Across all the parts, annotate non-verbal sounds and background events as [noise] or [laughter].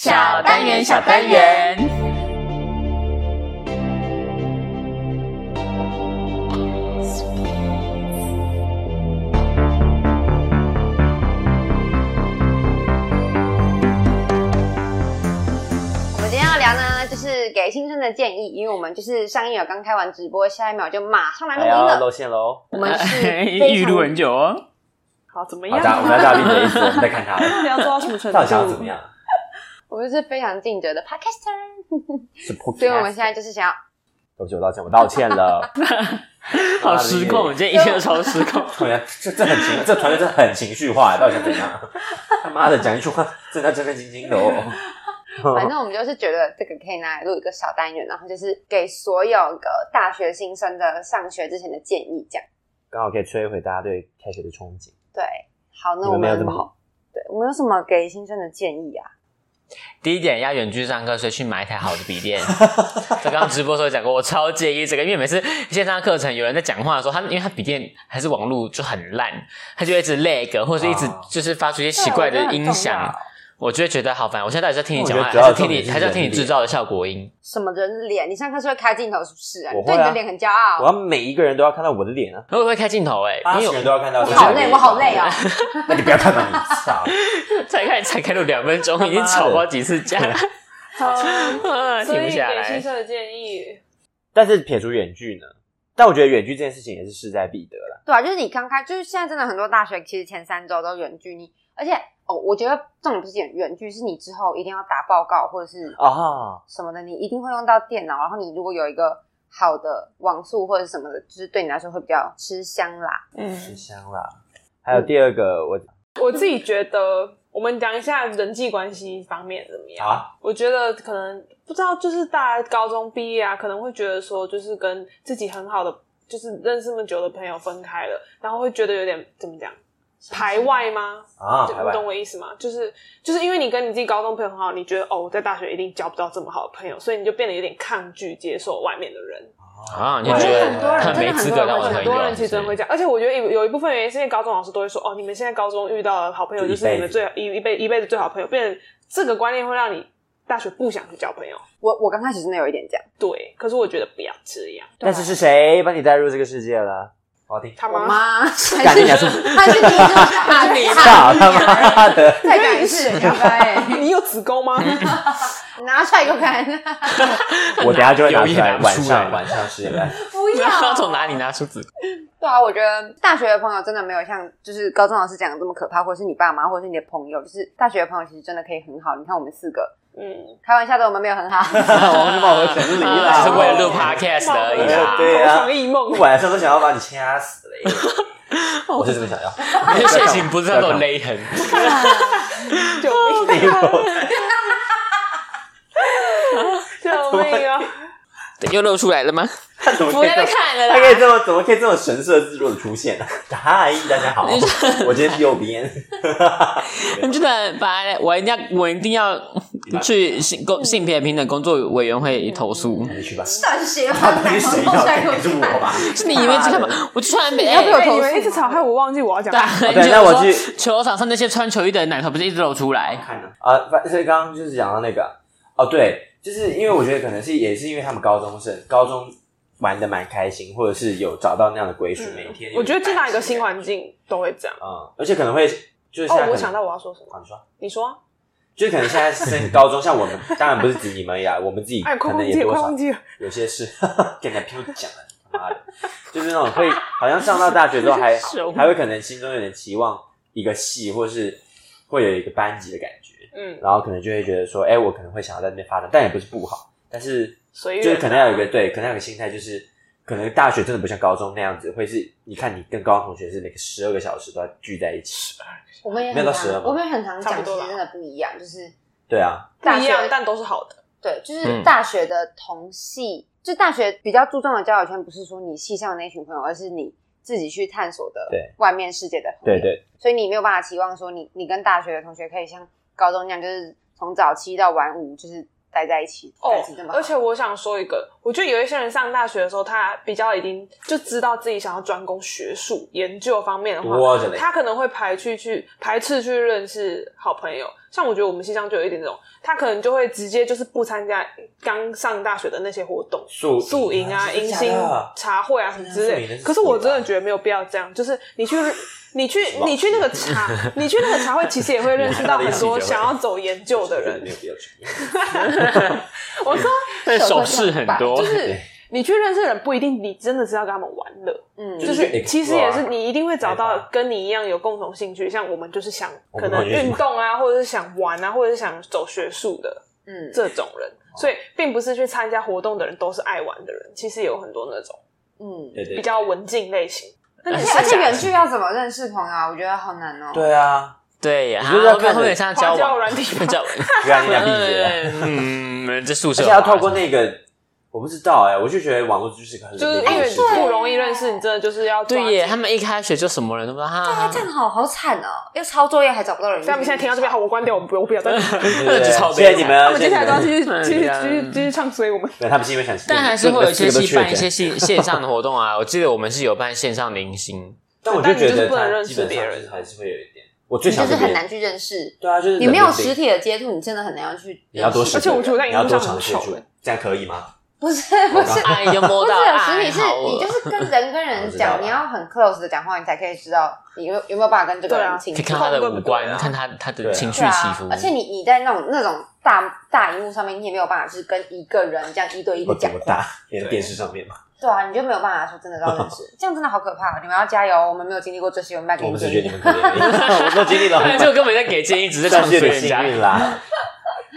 小单元小单元。我们今天要聊呢，就是给新生的建议，因为我们就是上一秒刚开完直播，下一秒就马上来录哎音呀，了。露馅喽！我们是非预常录很久哦，好，怎么好样、大，啊？[laughs] 我们要大力的意思，我们在看他 [laughs] 到底要做到什么程 [laughs] 度？到底想要怎么？样？我们是非常尽责的 podcaster， [laughs] 是 p 所以我们现在就是想要，对不起，我道歉，我道歉 [laughs] 了。好失控，今天一切都超失控。突然，这这很情，这团队真的很情绪化，到底想怎样？他妈的，讲一句话，真的要战战兢兢的反哦。正我们就是觉得这个可以拿来录一个小单元，然后就是给所有个大学新生的上学之前的建议，这样 [laughs] 刚好可以摧毁大家对开学的憧憬。对。好，你那我们们没有这么好。对，我们有什么给新生的建议啊？ [laughs] 第一点要远距上课，所以去买一台好的笔 [laughs] 电。就刚刚直播的时候讲过，我超介意这个，因为每次线上课程有人在讲话的时候，他因为他笔电还是网络就很烂，他就一直 lag，或者是一直啊就是发出一些奇怪的音响，我就会觉得好烦。我现在到底是在听你讲话，我觉得还是主听要重点你是还是要听你人脸制造的效果音？什么人脸？你上课是会开镜头是不是啊？我你会对啊你的脸很骄傲。我要每一个人都要看到我的脸啊，我也会开镜头哎、八因十为人都要看到。我好累，我好累哦！。 [laughs] 那你不要看到你，操！我才开才开了两分钟，已经吵过几次架， [laughs] 啊所停以不下给来新。生的建议，但是撇除远距呢？但我觉得远距这件事情也是势在必得了。对啊，就是你刚开，就是现在真的很多大学其实前三周都远距你，而且哦，我觉得重点不是远远距，是你之后一定要打报告或者是啊。什么的，你一定会用到电脑。然后你如果有一个好的网速或者什么的，就是对你来说会比较吃香啦。嗯，吃香啦。还有第二个，我我自己觉得，我们讲一下人际关系方面怎么样？啊，我觉得可能不知道，就是大家高中毕业啊，可能会觉得说，就是跟自己很好的，就是认识那么久的朋友分开了，然后会觉得有点怎么讲，排外吗？啊，就排你外懂我意思吗？就是就是因为你跟你自己高中朋友很好，你觉得哦，我在大学一定交不到这么好的朋友，所以你就变得有点抗拒接受外面的人。啊，你我就觉觉得得很多人很没资格当我的很朋多友，人其实真的会这样，而且我觉得有有一部分原因是因为高中老师都会说，哦，你们现在高中遇到的好朋友就一就是你辈们子最一一辈一辈子最好的朋友，变成这个观念会让你大学不想去交朋友。我我刚开始真的有一点这样，对，可是我觉得不要这样。啊但是是谁把你带入这个世界了？我 [laughs] 听，他我妈，妈还是干你娘是还是 [laughs] 你就是打你操他妈的！再讲一次，要不然 [laughs] 你有子 [laughs] 宫吗？拿出来给我看，我等一下就会拿有出意来，拿晚出上来晚上十点半。不不 [laughs] 要 [laughs] 从哪里拿出纸？对啊，我觉得大学的朋友真的没有像就是高中老师讲的这么可怕，或者是你爸妈，或者是你的朋友，就是大学的朋友其实真的可以很好。你看我们四个， [laughs] 嗯，开玩笑的，我们没有很好，我是冒的神离啦，啊是为了录 [laughs] podcast 的而已啦。对啊同床异梦。晚上都想要把你掐死嘞！ [laughs] 我是这么想要， [laughs] 血型不是那种勒痕，救命！ [laughs] 救命啊！又露出来了吗？他怎么不可以要再这么？看了他 [laughs] 啦。可以这么怎么可以这么神色自若的出 [laughs] 现呢？嗨，大家好，我今天是右边，你觉得把我一定要，我一定要去性工性别平等工作委员会投 [laughs] 诉。你去吧。到底是谁他到底是谁要拿的？ [laughs] 是我吧？是你以为只看吗？我去穿北要 [laughs] 不要哎投你诉们一直吵，害我忘记我要讲对啊 [laughs] 什么。，对你就那我说去球场上那些穿球衣的奶头不是一直露出来？看呢、啊，反所以刚刚就是讲到那个哦，对，就是因为我觉得可能是也是因为他们高中生高中玩的蛮开心，或者是有找到那样的归属，每天嗯我觉得进到一个新新环境都会这样。啊嗯，而且可能会就是现在可哦，能、我想到我要说什么，啊，你说。你说啊。就是可能现在升高中，像我们当然不是指你们呀，我们自 [laughs] 己哎，可快能忘也记了，多快少忘记了。有些事， [laughs] 跟人家屁股讲了，他妈的，就是那种会好像上到大学之后 [laughs] 还手还会可能心中有点期望一个系，或是会有一个班级的感觉，嗯，然后可能就会觉得说，哎、我可能会想要在那边发展，但也不是不好，但是随就缘。是可能要有一个对，可能要有一个心态，就是可能大学真的不像高中那样子，会是你看你跟高中同学是每个十二个小时都要聚在一起，我们也没很有到十二常，吧我们也很常差讲，不其多实啦真的不一样，就是对啊，不大一样学，但都是好的。对，就是嗯大学的同系，就大学比较注重的交友圈，不是说你系上的那群朋友，而是你自己去探索的对外面世界的朋对。友对，所以你没有办法期望说你你跟大学的同学可以像高中那样，就是从早七到晚五，就是待在一起，感情这么好哦而。且我想说一个，我觉得有一些人上大学的时候，他比较已经就知道自己想要专攻学术研究方面的多话着嘞，他可能会排去去排斥去认识好朋友。像我觉得我们系上就有一点这种，他可能就会直接就是不参加刚上大学的那些活动，宿宿营啊、迎新茶会啊什么之宿类营那是。可是我真的觉得没有必要这样，就是你去。 [laughs] 你去吧你去那个茶， [laughs] 你去那个茶会，其实也会认识到很多想要走研究 [laughs] 的人没。有必要去。我说但手势很多就，是对你去认识人，不一定你真的是要跟他们玩的，嗯，就就是是其实也是 explore 啊你一定会找开到发跟你一样有共同兴趣，像我们就是想我可们能完全是运动啊，或者是想玩啊，或者是想走学术的嗯，这种人，所以并不是去参加活动的人都是爱玩的人，其实也有很多那种嗯，对对比较文静类型。那而你且而且远距要怎么认识朋友啊？我觉得好难哦。，对啊，对呀，我觉得要后面看后面人像花交椒往，软 [laughs] 体吗交不然你俩闭嘴啊。嗯，这宿而舍且要透过那个，我不知道哎、我就觉得网络就是个很就是那因个为世界不容易认识，你真的就是要抓对耶，紧他们一开学就什么人都不知道，哈哈啊，这样好好惨哦，要抄作业还找不到人。所以他们现在听到啊这边，好，我关掉，我不我不要再。 [laughs] 对对只对超谢谢悲你惨们，他们接下来都要继去。续嗯继续嗯继续继续唱衰我们。对，他们是因为想，但还是会有一些系办一些，对线线上的活动啊。我记得我们是有办线上迎新，但我就觉但你就是得不能他认基识本别上人就是还是会有一点，我最你就想是很难去认识。对啊，就是你没有冷冰冰实，体的接触，你真的很难要去认识。你要多而且我觉得我在你荧要幕多上尝很试丑去欸，这样可以吗？不是不是啊哎，就不摸是到啊有爱，实哎体是好恶你就是跟人跟 [laughs] 我人知道讲，了你要很 close 的讲话，你才可以知道你有有没有办法跟这个对啊人亲可以近。看他的对五啊官，看他他对的啊情绪对起啊伏，而且你你在那种那种大大荧幕上面，你也没有办法就是跟一个人这样一对一我多的讲话。大？连电视上面嘛，对啊，你就没有办法说真的到认识， [laughs] 这样真的好可怕哦。你们要加油，我们没有经历过这些，我们来给我你们只建觉得你们议。可怜而已，我们都经历了很对，就根本在给建议，只是唱算衰是有点人幸家。运啦。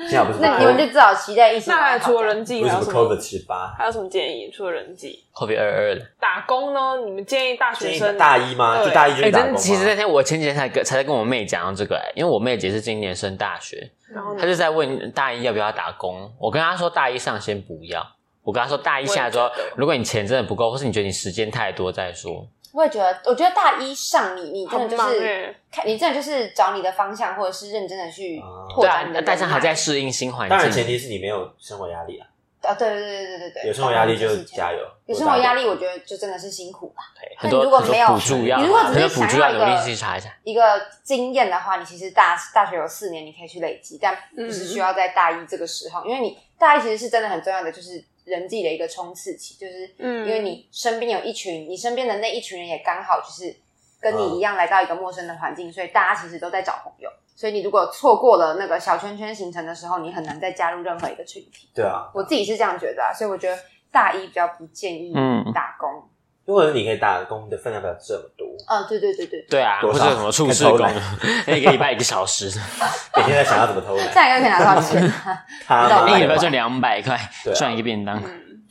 幸好不是 [laughs] 那你们就至少期待一起。 [laughs] 那还除了人际，不是还什么有什 COVID 么？十八，还有什么建议？除了人际，后边二二的，打工呢？你们建议大学建议生大一吗？对就大一就是哎，打工真吗的其实那天我前几天才跟才在跟我妹讲到这个，哎因为我妹姐是今年升大学，然嗯后呢她就在问大一要不要打工。我跟她说大一上先不要，我跟她说大一下之后我也觉得，如果你钱真的不够，或是你觉得你时间太多再说。我也觉得，我觉得大一上你你真的很就忙是哎，看，你真的就是找你的方向，或者是认真的去啊拓展你的但人但是还脉在适应新环当然前境。提是你没有生活压力啊，啊，对对对对对对，有生活压力当然就是这加样。油。有生活压力，我觉得就真的是辛苦吧。很但多如果很多没有补助要，啊你如果只很是多补助想要要一努力个去查一下。一个经验的话，你其实大大学有四年，你可以去累积，但不是需要在大一这个时候，因为你大一其实是真的很重要的，就是人际的一个冲刺期，就是嗯因为你身边有一群，你身边的那一群人也刚好就是跟嗯你一样来到一个陌生的环境，所以大家其实都在找朋友。所以你如果错过了那个小圈圈形成的时候，你很难再加入任何一个群体。对啊，我自己是这样觉得啊，所以我觉得大一比较不建议嗯打工。如果是你可以打工的分量不要这么多，嗯，对对对对，对啊，多或少者什么处事看工 [laughs] 偷懒，一个礼拜一个小 [laughs] 时，每天在想要怎么偷 [laughs] 懒，下一个可以拿多少钱？他到一妈个礼拜的赚两百块对，啊赚一个便当。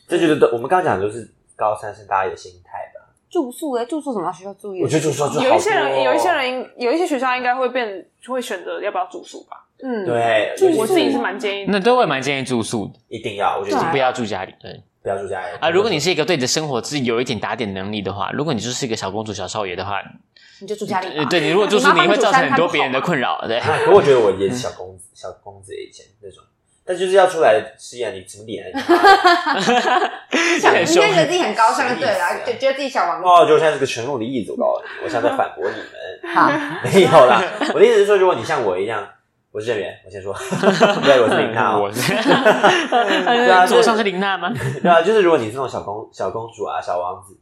这就是我们刚刚讲的都是高三升大一的心态吧。住宿哎、住宿怎么要需要住院？我觉得就说有一些哦人，有一些人应，有一些学校应该会变，会选择要不要住宿吧。嗯，，对，我自己是蛮蛮建议的。那对我也蛮建议住宿的，一定要，我觉对啊得不要住家里。对不要住家里啊，如果你是一个对你的生活是有一点打点能力的话，如果你就是一个小公主、小少爷的话，你就住家里呃吧。对你如果住宿，你妈你妈会造成很煮多三餐别人的困扰。对，啊，可我觉得我也是小公子， [laughs] 小公子以前那种，但就是要出来吃眼，你怎么脸？你想，你凶就觉得自己很 [laughs] 高尚就对什么了，意思啊就觉得自己小王 [laughs] 子。哦，就像是个沉重的意志，我告诉你，我现在在反驳你们。好， [laughs] 没有啦，我的意思是说，如果你像我一样，我是任远，我先说， [laughs] 对，我是林娜 [laughs] 哦，我是对啊，呃左就是上是林娜吗？ [laughs] 对啊，就是如果你是那种小公小公主啊、小王子，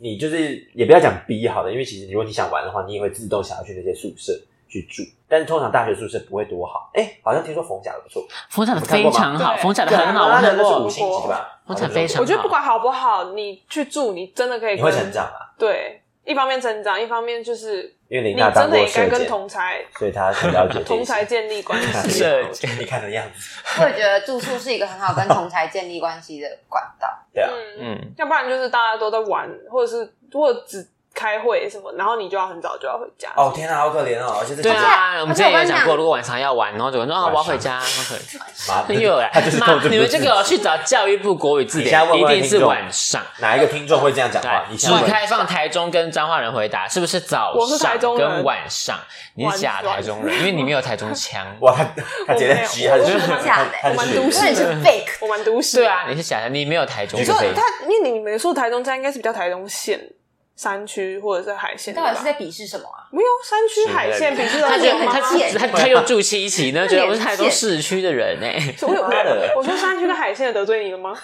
你就是也不要讲逼好了，因为其实如果你想玩的话，你也会自动想要去那些宿舍去住。但是通常大学宿舍不会多好，哎、好像听说冯甲的不错，冯甲的非常好，对冯甲的很好，我对啊那看那是过五。星级吧？我讲非常我觉得不管好不好，你去住，你真的可以你跟会成长啊，对，一方面成长，一方面就是因为你林娜当真过的也该社跟姐，同才所以她很了解这一同才些。建立关 [laughs] 看系。社这姐啊你看的样子，我也觉得住宿是一个很好跟同才建立关系的管道。对啊，嗯，嗯，要不然就是大家都在玩，或者是或者只开会什么，然后你就要很早就要回家。哦天啊，好可怜哦！而且这对几个啊，我们之前有讲而且我跟你过，讲如果晚上要玩，然后就说啊，晚上我要回家，好可怜。妈 [laughs] 的，又来他就是，妈控制不你住们自这己个去找教育部国语字你现典在，问一问定是听众晚上。哪一个听众会这样讲话？对，你只现在问开放台中跟彰化人回答，是不是早我是台上中人跟晚上？你是假台中人，因为你没有台中 [laughs] 腔。哇，他他直接在激，他我是没有他我假的他我们是都市那你是 fake，我蛮都市对，啊，你是假的，你没有台中你就说腔。他，因为你们说台中家应该是比较台中县山区或者是海你线的到吧底是？在鄙视什么啊？没有山区海线，比这他种觉得很他吗？贱他他又住七期呢，觉得我是台中脸市区的人哎。我有妈的我说山区跟海线有得罪你了吗？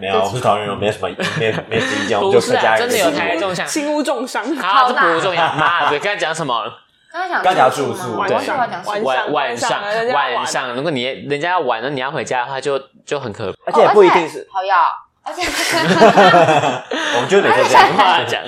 没有，我们是桃园人，没有什么没有 [laughs] 没有什么意见，我们不就是客啊家人。真的有台中腔心无重伤。好，好啊这啦不重要。妈的，刚才讲什么？刚刚刚讲讲住住宿吗？对我忘记我要讲什么。晚晚晚上上人家要晚玩上，如果你人家要玩，那你要回家的话，就就很可而且也哦不一定是，好呀，而且啊我们就每天这样怕 [laughs] 讲。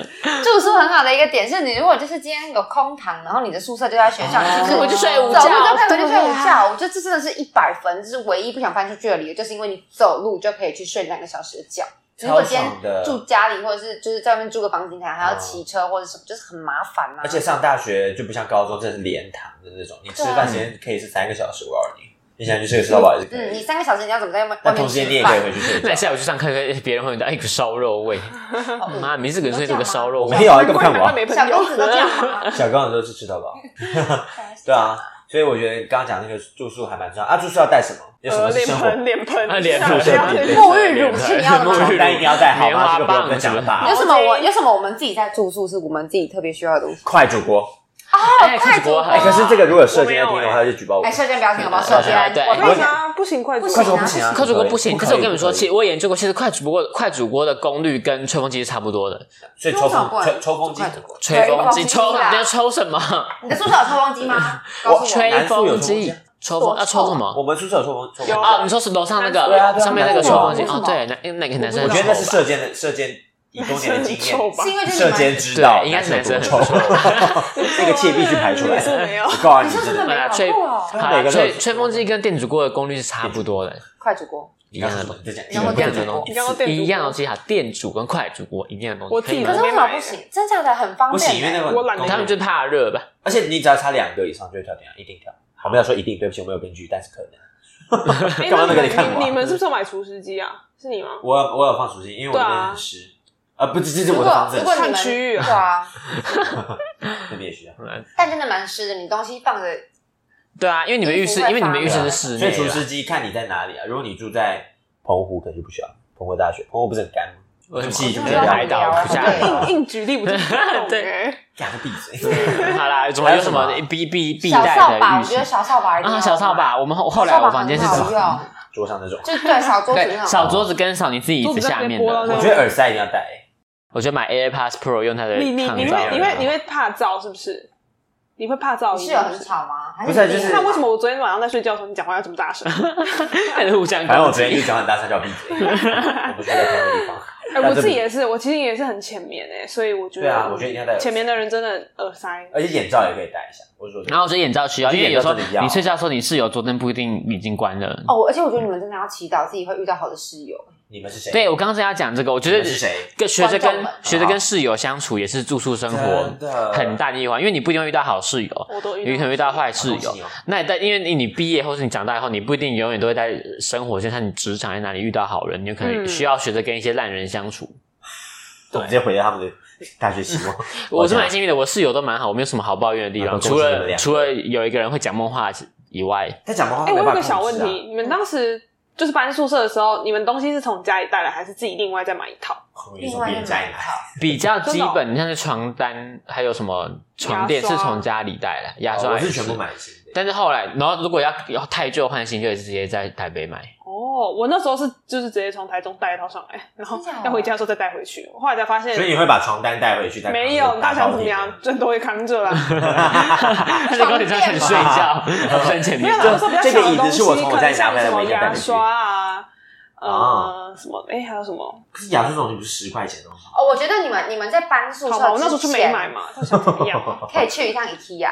住宿很好的一个点是，你如果就是今天有空堂，然后你的宿舍就在学校，你就是我就睡午走路觉就可以回去睡午对觉啊。我觉得这真的是一百分，这是唯一不想搬出去的理由，就是因为你走路就可以去睡两个小时的觉。如果今天超爽的住家里，或者是就是在外面租个房子，你可能还要嗯骑车或者什么，就是很麻烦啊嘛、而且上大学就不像高中，真的是连堂的那种，你吃啊饭时间可以是三个小时，我告诉你，你想去吃个吃到饱也是可嗯，你以。三个小时你要怎么在外面外但面同时吃间你也可以饭？回去睡那觉。下午去上课，别人会闻到哎一股烧肉 [laughs] 味。妈，每次跟睡这个烧肉没味，有啊，难根本怪看难不完。怪没朋小友公。子都这样 [laughs] 吗？小刚的都是吃 [laughs] 到饱，对啊，所以我觉得刚刚讲那个住宿还蛮重要啊。住宿要带什么？有什么呃，是脸生活？盆，脸盆，啊脸盆不要脸盆不沐浴乳是你要的吗沐浴床单一定乳要带好棉吗？花这个不用棒跟讲了有吧？什么我有什么我们自己在住宿是我们自己特别需要的东西？快煮锅，哎，快煮锅哎，可是这个如果有射箭在听我没的有话，哎他就举报我哎，。射箭不要听好不好？对射箭，对我可跟以你吗？不行，快快不煮行锅啊不行啊，快煮锅不行，可可以是我跟你们说，可以其实我也研究过，其实快煮锅快煮锅的功率跟吹风机是差不多的。所以抽多少风罐抽抽风机快煮锅吹风机吹风机抽，你啊要抽什么？你的宿舍有抽风机吗？告诉吹我。南苏风哦有抽风机机，抽风要抽什么？我们宿舍有抽风抽风有哦，你说是楼上那对啊个啊对啊上面那个抽风机为什哦么，对，那那个男生我很觉得那是丑吧射箭的射箭，以多年的经男生很验臭，吧是因为就是射你箭们，知道对应该是男生很臭， [laughs] 这个气必须排出来。你是没 [laughs] 有我告诉你你，宿真舍的没啊有吹过哦对。啊每啊，个都有吹吹风机跟电煮锅的功率是差不多的，快煮锅，一样的东你刚然后刚电说煮什么锅你刚刚西，电煮锅一样的东西哈，电煮跟快煮锅一样的东我西，可以自己可吗是？为什么不行？真假的很方不便欸。行，因为那个我懒得功能他们就怕热吧？而且你只要差两个以上就会跳电啊，一定跳。我没有说一定，对不起，我没有根据，但是可能。哎干嘛那个你你看我啊你们是不是有买除湿机啊？是你吗？我有我有放除湿机，因为我那边很湿。啊，不，这这是如我果的房子如，果你看们区域啊对啊，那边也需要。但真的蛮湿的，你东西放着对啊，因为你们浴衣室服，会因为你们浴室对啊是室所内以除啦，湿机看你在哪里啊。如果你住在澎湖，可能就不需要。澎湖大学，澎湖不是很干吗？为什么气就没有海岛不下对啊海。硬硬举例，我就不懂对哎。干个闭嘴！ [laughs] 好啦，怎么还有有什什么么必必必小带扫把，的浴我觉得室小扫把一定要啊？小扫把，我们后后来我房间是扫把很好用，桌上那种，就对扫桌子对那种。扫桌子跟扫你自己椅子下面桌子在那边拨我的到。觉得耳塞一定要戴。我觉得买 AirPods Pro 用它的你你抗你噪会你会你 [laughs] 会会怕噪是不是？你会怕噪你音室友是很不是？吵吗？还不是啊你就是那为什么我昨天晚上在睡觉的时候，你讲话要这么 [laughs] 大声？还是互相攻击？反正我昨天就讲很大声叫闭 [laughs] 嘴，我不需要在同一个地方。哎、那我这自己不也是，我其实也是很浅眠哎、所以我觉得，对啊，我觉得一定要戴耳塞哎浅眠的人真的耳塞，而且眼罩也可以戴一下。我是说真的，然后我觉得眼罩需要，我觉因得为有时候眼罩真的要你睡觉的时候，你室友昨天不一定已经关了。哦，而且我觉得你们真的要祈祷自己会遇到好的室友。你们是谁？对，我刚刚正要讲这个，我觉你得们是谁？跟学着观众跟们学着跟室友相处也是住宿生活真的很大的一环，因为你不一定会遇到好室友，我都有遇可到能遇到坏室好友东西哦。那你在因为你毕业或是你长大以后，你不一定永远都会在生活，就像你职场在哪里遇到好人，你有可能嗯需要学着跟一些烂人相处。我直接回答他们的大 [laughs] 学希望。我是蛮幸运的，我室友都蛮好，我没有什么好抱怨的地啊方，都除恭喜你们了两个除了有一个人会讲梦话以外，他讲梦话，哎、我有个小问题，啊。你们当时就是搬宿舍的时候，你们东西是从家里带来，还是自己另外再买一套？我另外一个买一套， [laughs] 比较真基的哦本，你像是床单还有什么床牙垫是刷从家里 [laughs] 带来，牙刷哦我也是全部买新的。但是后来，然后如果要要太旧换新，就直接在台北 [laughs] 买。哦，我那时候是就是直接从台中带一套上来，然后真假的要回家的时候再带回去，我后来才发现所以你会把床单带回去，再没有，你到大底想怎么 [laughs] 样，这都会扛 [laughs] 着啦。他就跟你这样睡觉，省钱 [laughs] 没有啦，我说比较这个小椅的子东是西，我从我可家里拿能像回来什么我一定要带牙回去刷啊，啊呃，什么哎、还有什么？可是牙刷这种东西不是十块钱的东西，哦，我觉得你们你们在搬宿舍之好 [laughs] 前，吧，我那时候就没买嘛，他想怎么样？可以去一趟 IKEA，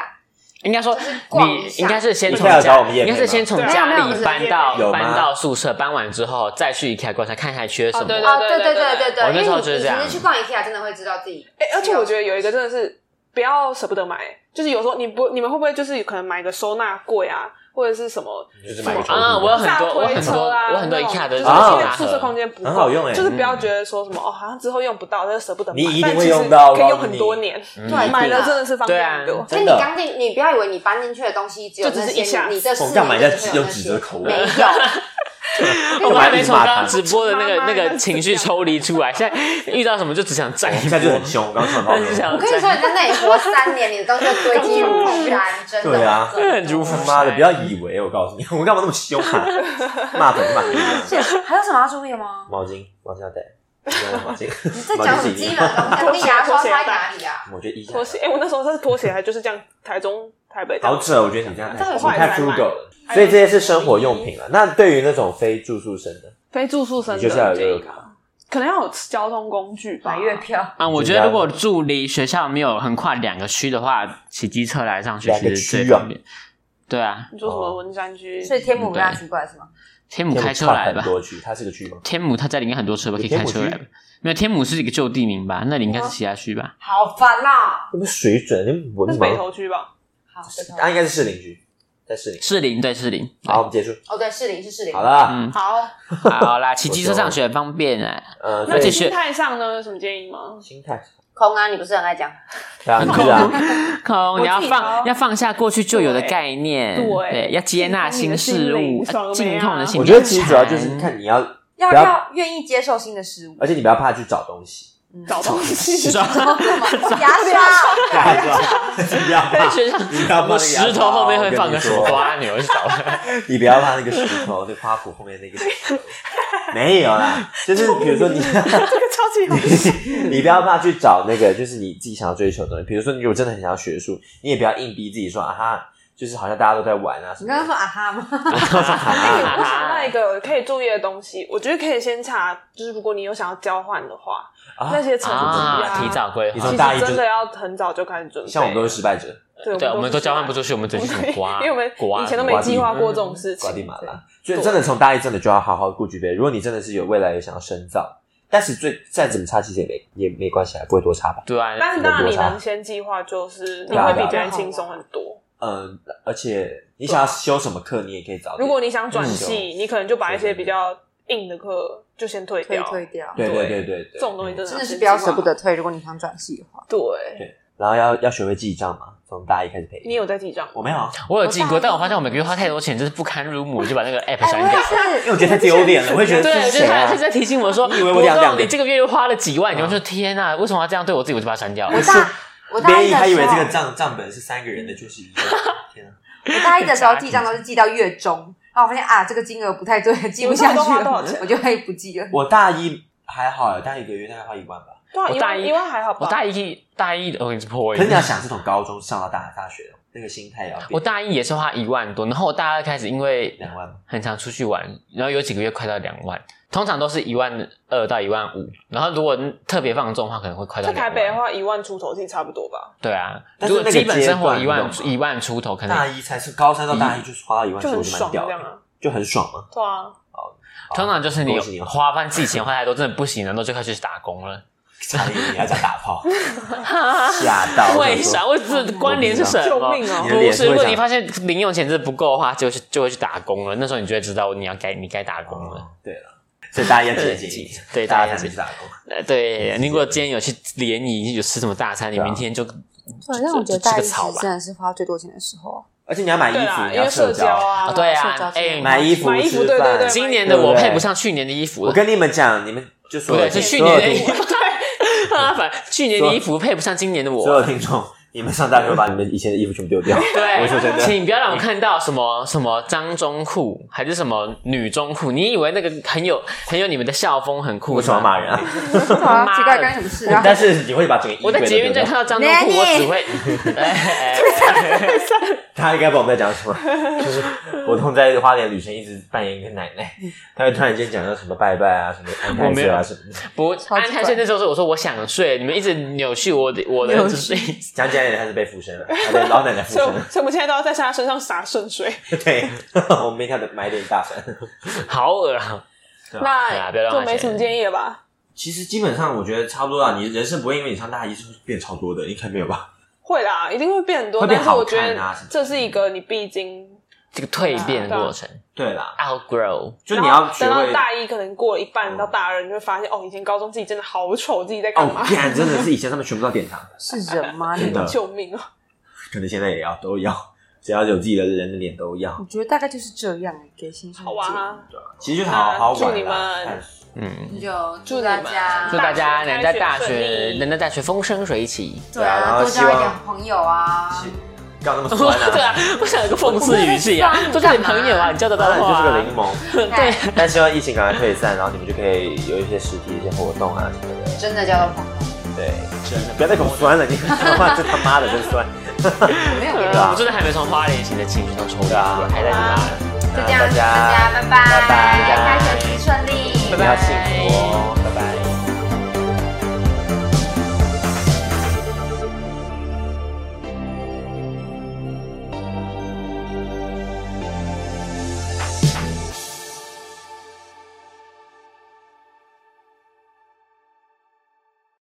应该说就是逛一你下应该是啊先从你可以来家找我，们业应配该是先从吗家没有没有不里是搬到有吗搬到宿舍，搬完之后再去 IKEA 逛一下，看一下缺什哦么。对哦，对对对对我对，那时因为候你就是这样你其实去逛 IKEA 真的会知道自己，哎、而且我觉得有一个真 [laughs] 的是不要舍不得买，就是有时候你不你们会不会就是可能买个收纳柜啊，或者是什么就是买个抽屉啊，我有很多，我大推很车多，啊，我很多那种 IKEA 的就是啊因为大宿盒舍空间不够很好用欸就是不要觉得说什么哦，好像之后用不到，但是舍不得买，你一定但会其实用到可以用让你嗯很多年，对买了真的是方便很对啊所多。以真你的。刚进，你不要以为你搬进去的东西只有就只那是些，一下你你这四我干嘛年就人家只用有那指些着口吻没 [laughs] 有，我们还没从刚骂他刚直播的那个妈妈那个情绪抽离出来，现在遇到什么就只想站我一哦现在就波很，凶，我刚刚说很 [laughs] 暴就想我跟你说，你在那里活三年，你的东西就堆积 [laughs] 如泰山，真的。对啊 [laughs] 真的很如哦他妈的，不要以为我告诉你，我干嘛那么凶啊？骂粉骂粉，还有什么要注意的吗？毛巾，毛巾要带，毛巾，你在讲什么基本的东西？拖你 [laughs] 鞋牙刷拖鞋擦带哪里 [laughs] 啊？ [laughs] 我觉得一下拖鞋，哎、我那时候是拖鞋，还就是这样，台中、台北这样好扯，我觉得你这样太这你很坏太才买 frugal 了。所以这些是生活用品了。那对于那种非住宿生的，非住宿生你的就是要有哦建悠议游卡，可能要有交通工具吧。票，啊！我觉得如果住离学校没有很快两个区的话，骑机车来上学两个其实最区啊方便。对啊，你说什么文山区？ [laughs] 哦所以天母不大奇怪是吗？天母开车来很吧。多区，它是个区吗？天母他家里应该很多车吧，可以开车来吧。没有，天母是一个旧地名吧？那里应啊该是其他区吧？好烦啊！那不是水准，你那文是北盲。投区吧？好，它应该是士林区，在士林。士林对士林。好，我们结束。哦，对，士林是士林。好，了，嗯，好，好 [laughs] 啦，骑机车上学很方便哎。呃，那所以继续心态上呢，有什么建议吗？心态，空啊，你不是很爱讲？对啊，很是啊，空，自己你要放哦要放下过去就有的概念，对对，要接纳新事物，净净空你的心灵爽了没啊控的心。我觉得其实主要就是， [laughs] 看你要， [laughs] 要不要要愿意接受新的事物。而且你不要怕去找东 [laughs] 西，嗯找东西，爽 [laughs] 在学校不要怕，不要怕，啊你不要怕那个啊牙刷，石头后面会放个什么我跟你说花 [laughs] 牛去找。你不要怕那个石头，那个花圃后面那个石头，没有 [laughs] 啦，就是比如说你。 [laughs] [laughs] 这个超级好笑。你不要怕去找那个，就是你自己想要追求的东西。比如说，你如果真的很想要学术，你也不要硬逼自己说啊哈，就是好像大家都在玩啊什 [laughs] 你么刚的。刚说啊哈 [laughs] 吗？ [laughs] 哎、我啊想到一个可以注意的东西，我觉得可以先查，就是如果你有想要交换的话， [laughs] [laughs] 啊那些成绩啊，啊，提早规你划从其。大一实就真的要很早就开始准备。像我们都是失败者，对，对，我我们们都都交换不出出去，我们只是对瓜，因为我们瓜嗯以前都没瓜计划过这种事情。瓜地马拉。所对以真的从大一真的就要好好顾具备。如果你真的是有未来有想要深造，但是最再怎么差，其实也没也没关系啊，不会多差吧。对啊，但是当然，你能先计划，就是你对啊会比别人轻松很多。啊嗯，而且你想要修什么课，你也可以早点。如果你想转嗯系，你可能就把一些比较硬的课就先退掉。掉对对对对对嗯对，这种东西真的真要的是先不要计划舍不。得退，如果你想转系的话。对，然后要要学会记账嘛，从大一开始培养。你有在记账吗？我没有 [laughs] 啊，我有记过，但我发现我每个月花太多钱，真是不堪入目，我就把那个哎哎 app 删掉。也因为我觉得太丢脸了，我会觉得对，这我是觉得谁他啊还是？在提醒我说，你以为我两国栋两个你这个月又花了几万，你嗯我说天呐，为什么要这样对我自己？我就把它删掉。我大我别大人一的还以为时这个候，账账本是三个人的，就是一个。天啊！我大一的时候记账都是记到月中，然后我发现啊，这个金额不太对，记不下去你们到底花多少了钱，我就会不记了。我大一还好，大一个月大概花一万吧。对啊，我一大万一一万还好吧？我大一大一的，我哦给你破可音。是你要想，是从高中上到大大学，那个心态也要变。我大一也是花一万多，然后我大二开始因为两万吗，很常出去玩，然后有几个月快到两万，通常都是一万二到一万五，然后如果特别放纵的话，可能会快到在两台万。北的话，一万出头是差不多吧？对啊，但如是果那个基本生活阶一段你万懂吗一万出头，可大能一才是高三到嗯大一就是花到一万，就我很觉得爽蛮这屌样的，啊。就很爽嘛。对啊，通常就是你恭喜你哦花翻自己钱花太多，真的不行了，然后就开始去打工了。 [laughs] 差点你还在打炮， [laughs] 吓到！我想为说啥？为什么关联是什么？救命哦你的不脸是，是如会果长你发现零用钱真的不够的话，就去就会去打工了。那时候你就会知道你要该你该打工了。哦对了，所以大一要节俭一点，对大大一家要才能去打工。呃，对，你如果今天有去联谊，有吃什么大餐，你对啊明天就对，但我觉得大吃一个其草实吧真的是花最多钱的时候。而且你要买衣对服，啦，你因要为社交交，啊，啊，对社啊交，哎，买衣服、买衣服吃对对饭对今年的对不我对配不上去年的衣服我了，跟你们讲，你们就不所有对，听是去所年有的衣听服， [laughs] 对，啊，反去年的衣服配不上今年的所有我，听众，你们上大学会把你们以前的衣服全部丢 [laughs] 掉。我说真对，的，请不要让我看到什么什么张中裤还是什么女中裤，你以为那个很有很有你们的校风很酷为什么吗？要骂人啊？ [laughs] 对妈啊，的奇怪，干什么事 [laughs] 啊？但是你会把整个衣我柜在都捷丢运站掉看。到张东裤，我只会。哎哎他应该不知道我们在讲 [laughs] 什么，就是我同在花莲旅程一直扮演一个奶奶，嗯他会突然间讲到什么拜拜啊，什么安我泰没岁有啊什么的，不，超级安泰睡那时候是我说我想睡，你们一直扭曲我的我的扭就是讲起来奶奶她是被附身了，她被老奶奶附 [laughs] 所以身 [laughs] 我了。所以我们现在都要在他身上洒圣水。对，我们明天要买点大神。好恶啊！对啊那不要让他就没什么钱建议了吧？其实基本上我觉得差不多啊啦，你人生不会因为你上大一就变超多的，应该没有吧？会啦，一定会变很多，会变但是好我觉看啊得这是一个你必经。这个蜕变的过程对啦， ，outgrow，就你要学然后会嗯等到大一可能过了一半，到大二你就会发现，哦，以前高中自己真的好丑，自己在干哦嘛？，干真的是以前他们全部都典藏，是人吗？真你的， [laughs] 救命啊！可能现在也要都要，只要有自己的人的脸都要我。觉得大概就是这样欸，给新生好玩啊！其实就好好那玩祝啦你们看嗯，那就祝祝你大们家祝大家能在大大学开学顺学利能在大学风生水起。对对啊然啊，后多希交望一点朋友啊。干嘛那么酸 [laughs] 啊？对啊，我想有个讽刺语气啊我不会，都叫你朋友啊，你叫得到当的然就话是个啊，柠檬。对，但希望疫情赶快退散，然后你们就可以有一些实体一些活动啊什么的。真的交到朋友，对，不要再口酸了，你这话真他妈的真酸。没有别对的。啊，我真的还没从花莲型的情绪中抽离出来，太难了。就这大家样，大家拜拜，拜拜开学顺利，你要幸福哦。